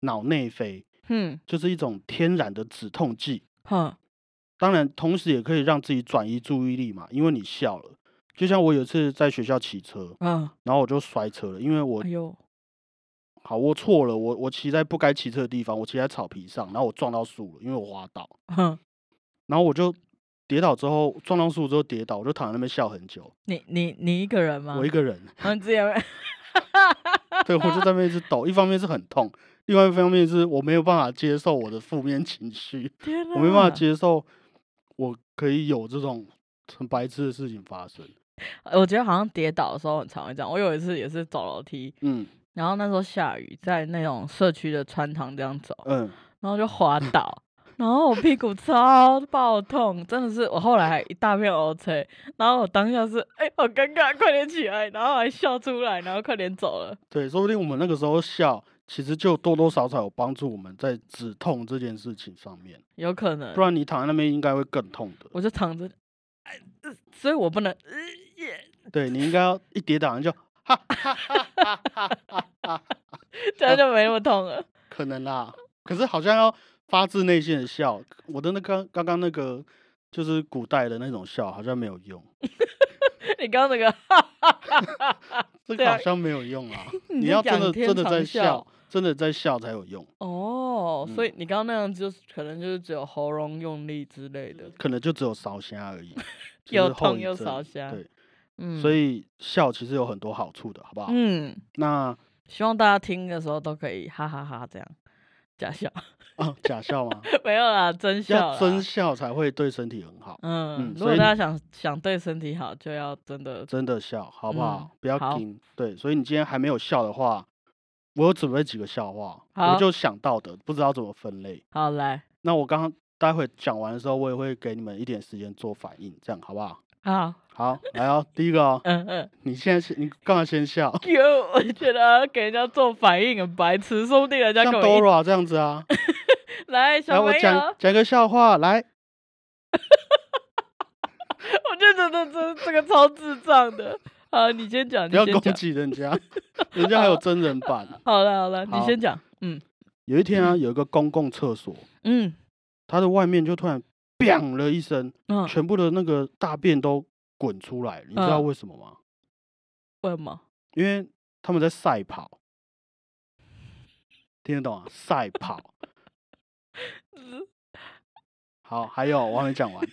Speaker 2: 脑内啡，
Speaker 1: 嗯
Speaker 2: 就是一种天然的止痛剂。
Speaker 1: 哼，
Speaker 2: 当然，同时也可以让自己转移注意力嘛，因为你笑了。就像我有一次在学校骑车，
Speaker 1: 啊，
Speaker 2: 然后我就摔车了，因为我
Speaker 1: 哎呦，
Speaker 2: 好我错了，我我骑在不该骑车的地方，我骑在草皮上，然后我撞到树了，因为我滑倒，
Speaker 1: 哼，
Speaker 2: 然后我就跌倒之后撞到树之后跌倒，我就躺在那边笑很久，
Speaker 1: 你你你一个人吗？
Speaker 2: 我一个人，
Speaker 1: 啊，你之前没
Speaker 2: 对，我就在那边一直抖，一方面是很痛，另外一方面是我没有办法接受我的负面情绪，
Speaker 1: 天哪，
Speaker 2: 我没办法。接受我可以有这种很白痴的事情发生。
Speaker 1: 我觉得好像跌倒的时候很常会这样。我有一次也是走楼梯，
Speaker 2: 嗯
Speaker 1: 然后那时候下雨，在那种社区的穿堂这样走，
Speaker 2: 嗯，
Speaker 1: 然后就滑倒，然后我屁股超爆痛，真的是我后来还一大片 O C，然后我当下是哎、好尴尬，快点起来，然后还笑出来，然后快点走了。
Speaker 2: 对，说不定我们那个时候笑，其实就多多少少有帮助我们在止痛这件事情上面，
Speaker 1: 有可能
Speaker 2: 不，然你躺在那边应该会更痛的。
Speaker 1: 呃我就躺着，哎、呃所以我不能，呃耶
Speaker 2: 对你应该要一跌倒你就哈哈哈哈哈哈哈，
Speaker 1: 这样就没那么痛了。
Speaker 2: 可能啦，可是好像要发自内心的笑。我的那个刚刚那个就是古代的那种笑，好像没有用。
Speaker 1: 你刚刚那个哈哈哈哈哈
Speaker 2: 这
Speaker 1: 对
Speaker 2: 个
Speaker 1: 啊
Speaker 2: 好像没有用啊！
Speaker 1: 你
Speaker 2: 你
Speaker 1: 在
Speaker 2: 要真
Speaker 1: 讲
Speaker 2: 的
Speaker 1: 天
Speaker 2: 真的在
Speaker 1: 长笑
Speaker 2: 笑，真的在笑才有用。
Speaker 1: 哦，所以
Speaker 2: 嗯
Speaker 1: 你刚刚那样就是可能就是只有喉咙用力之类的，，
Speaker 2: 可能就只有烧虾而已 就是
Speaker 1: 又
Speaker 2: 后
Speaker 1: 痛
Speaker 2: 遗
Speaker 1: 又
Speaker 2: 症
Speaker 1: 烧瞎。
Speaker 2: 对，
Speaker 1: 嗯，
Speaker 2: 所以笑其实有很多好处的，好不好？
Speaker 1: 嗯，
Speaker 2: 那
Speaker 1: 希望大家听的时候都可以哈哈哈这样假笑。
Speaker 2: 啊，假笑吗？
Speaker 1: 没有啦，真笑
Speaker 2: 要
Speaker 1: 啦。
Speaker 2: 真笑才会对身体很好，嗯
Speaker 1: 嗯，如
Speaker 2: 所
Speaker 1: 果
Speaker 2: 以
Speaker 1: 大家想想对身体好，就要真的
Speaker 2: 真的笑好不
Speaker 1: 嗯
Speaker 2: 好？不要
Speaker 1: 好
Speaker 2: 紧。对，所以你今天还没有笑的话，我有准备几个笑话，我
Speaker 1: 好
Speaker 2: 就想到的，不知道怎么分类。
Speaker 1: 好来，
Speaker 2: 那我刚刚待会讲完的时候，我也会给你们一点时间做反应，这样好不好？
Speaker 1: 好，
Speaker 2: 好，来哦，第一个哦，
Speaker 1: 嗯嗯，
Speaker 2: 你现在先，你刚才先笑，
Speaker 1: 有，我觉得给人家做反应很白痴，说不定人家
Speaker 2: 像
Speaker 1: 跟我
Speaker 2: Dora 这样子 啊。
Speaker 1: 一来小
Speaker 2: 来，我
Speaker 1: 朋友，
Speaker 2: 讲讲一个笑话，来，
Speaker 1: 我就觉得这这个超智障的。好，你先讲，你
Speaker 2: 不要
Speaker 1: 先
Speaker 2: 攻
Speaker 1: 讲。
Speaker 2: 击人家， 人家还有真人版。
Speaker 1: 好了好了，你
Speaker 2: 好
Speaker 1: 先讲。嗯
Speaker 2: 有一天啊，有一个公共厕所，
Speaker 1: 嗯
Speaker 2: 它的外面就突然“砰”了一声，
Speaker 1: 嗯，
Speaker 2: 全部的那个大便都滚出来，你知道
Speaker 1: 嗯
Speaker 2: 为什么吗？
Speaker 1: 为什么？
Speaker 2: 因为他们在赛跑，听得懂啊？赛跑。好，还有我还没讲完。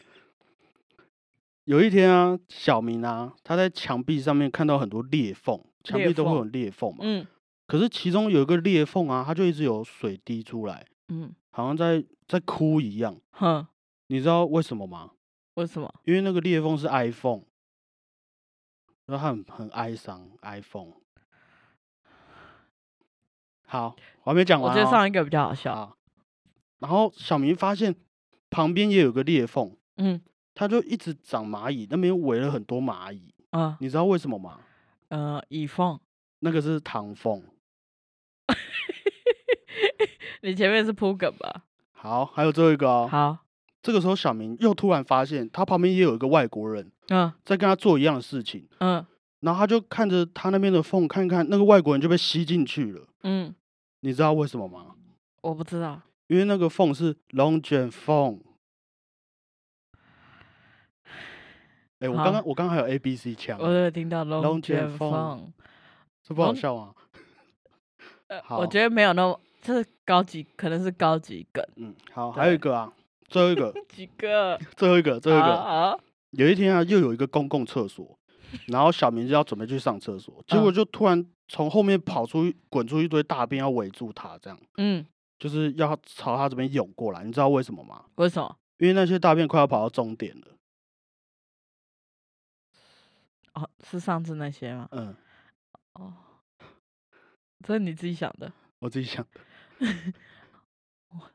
Speaker 2: 有一天啊，小明啊，他在墙壁上面看到很多裂缝，墙
Speaker 1: 裂
Speaker 2: 壁都会有
Speaker 1: 缝
Speaker 2: 裂缝嘛。
Speaker 1: 嗯
Speaker 2: 可是其中有一个裂缝啊，它就一直有水滴出来，
Speaker 1: 嗯
Speaker 2: 好像在在哭一样。
Speaker 1: 哼，
Speaker 2: 你知道为什么吗？
Speaker 1: 为什么？
Speaker 2: 因为那个裂缝是 iPhone，然后他很很哀伤 iPhone。好，我还没讲
Speaker 1: 我
Speaker 2: 完、哦。
Speaker 1: 觉得上一个比较好笑。
Speaker 2: 好然后小明发现旁边也有个裂缝，
Speaker 1: 嗯
Speaker 2: 他就一直长蚂蚁，那边围了很多蚂蚁。
Speaker 1: 啊
Speaker 2: 你知道为什么吗？
Speaker 1: 呃，以凤，
Speaker 2: 那个是唐凤。
Speaker 1: 你前面是铺梗吧？
Speaker 2: 好，还有最后一个哦。
Speaker 1: 好，
Speaker 2: 这个时候，小明又突然发现他旁边也有一个外国人
Speaker 1: 嗯
Speaker 2: 在跟他做一样的事情，
Speaker 1: 嗯
Speaker 2: 然后他就看着他那边的缝，看看那个外国人就被吸进去了。
Speaker 1: 嗯，
Speaker 2: 你知道为什么吗？
Speaker 1: 我不知道。
Speaker 2: 因为那个缝是龙 卷风。哎、我
Speaker 1: 好
Speaker 2: 刚刚我刚刚还有 A B C 枪，
Speaker 1: 我有听到龙
Speaker 2: 龙卷
Speaker 1: 卷
Speaker 2: 风
Speaker 1: 风，
Speaker 2: 这不好
Speaker 1: 龙
Speaker 2: 笑吗？
Speaker 1: 呃，
Speaker 2: 好
Speaker 1: 我觉得没有那么，这是高级，可能是高级梗。
Speaker 2: 嗯，好，还有一
Speaker 1: 对
Speaker 2: 个啊，最后一个，
Speaker 1: 几个？
Speaker 2: 最后一个，最后一个，
Speaker 1: 啊，
Speaker 2: 有一天啊，又有一个公共厕所，然后小明就要准备去上厕所，结果
Speaker 1: 嗯
Speaker 2: 就突然从后面跑出一滚出一堆大便，要围住他，这样
Speaker 1: 嗯，
Speaker 2: 就是要朝他这边涌过来。你知道为什么吗？
Speaker 1: 为什么？
Speaker 2: 因为那些大便快要跑到终点了。
Speaker 1: 哦，是上次那些吗？
Speaker 2: 嗯，
Speaker 1: 哦，这是你自己想的。
Speaker 2: 我自己想。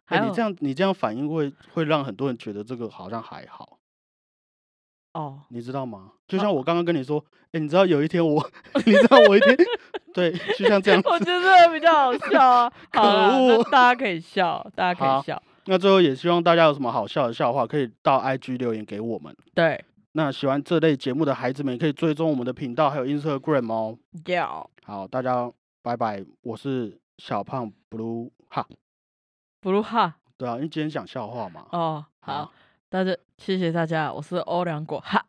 Speaker 1: 还
Speaker 2: 哎、
Speaker 1: 有
Speaker 2: 你这样你这样反应会会让很多人觉得这个好像还好，
Speaker 1: 哦，
Speaker 2: 你知道吗？就
Speaker 1: 哦
Speaker 2: 像我刚刚跟你说，哎、你知道有一 天我，你知道我一天，对，就像 这样
Speaker 1: 我觉
Speaker 2: 子。
Speaker 1: 得这个比较好笑啊。好啦
Speaker 2: 可恶
Speaker 1: 那大家可以笑，大家可
Speaker 2: 好
Speaker 1: 以笑。
Speaker 2: 那最后也希望大家有什么好笑的笑话，可以到 IG 留言给我们。
Speaker 1: 对，
Speaker 2: 那喜欢这类节目的孩子们，可以追踪我们的频道还有 Instagram 哦。
Speaker 1: 要
Speaker 2: 好，大家拜拜，我是小胖 blue 哈，
Speaker 1: 布鲁哈
Speaker 2: 对啊，因为今天讲笑话嘛。
Speaker 1: 哦，好，大家谢谢大家，我是欧良果哈，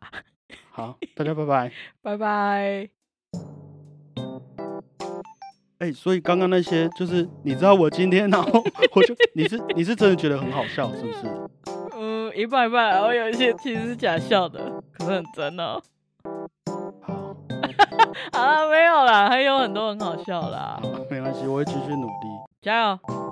Speaker 2: 好，大家拜拜。
Speaker 1: 拜拜。
Speaker 2: 哎、所以刚刚那些就是你知道我今天，然后我就你是你是真的觉得很好笑是不是？
Speaker 1: 嗯，一半一半，然后有一些其实是假笑的，可是很真哦。
Speaker 2: 好，
Speaker 1: 好了，没有啦，还有很多很好笑啦，啊
Speaker 2: 好没关系，我会继续努力。
Speaker 1: 加油！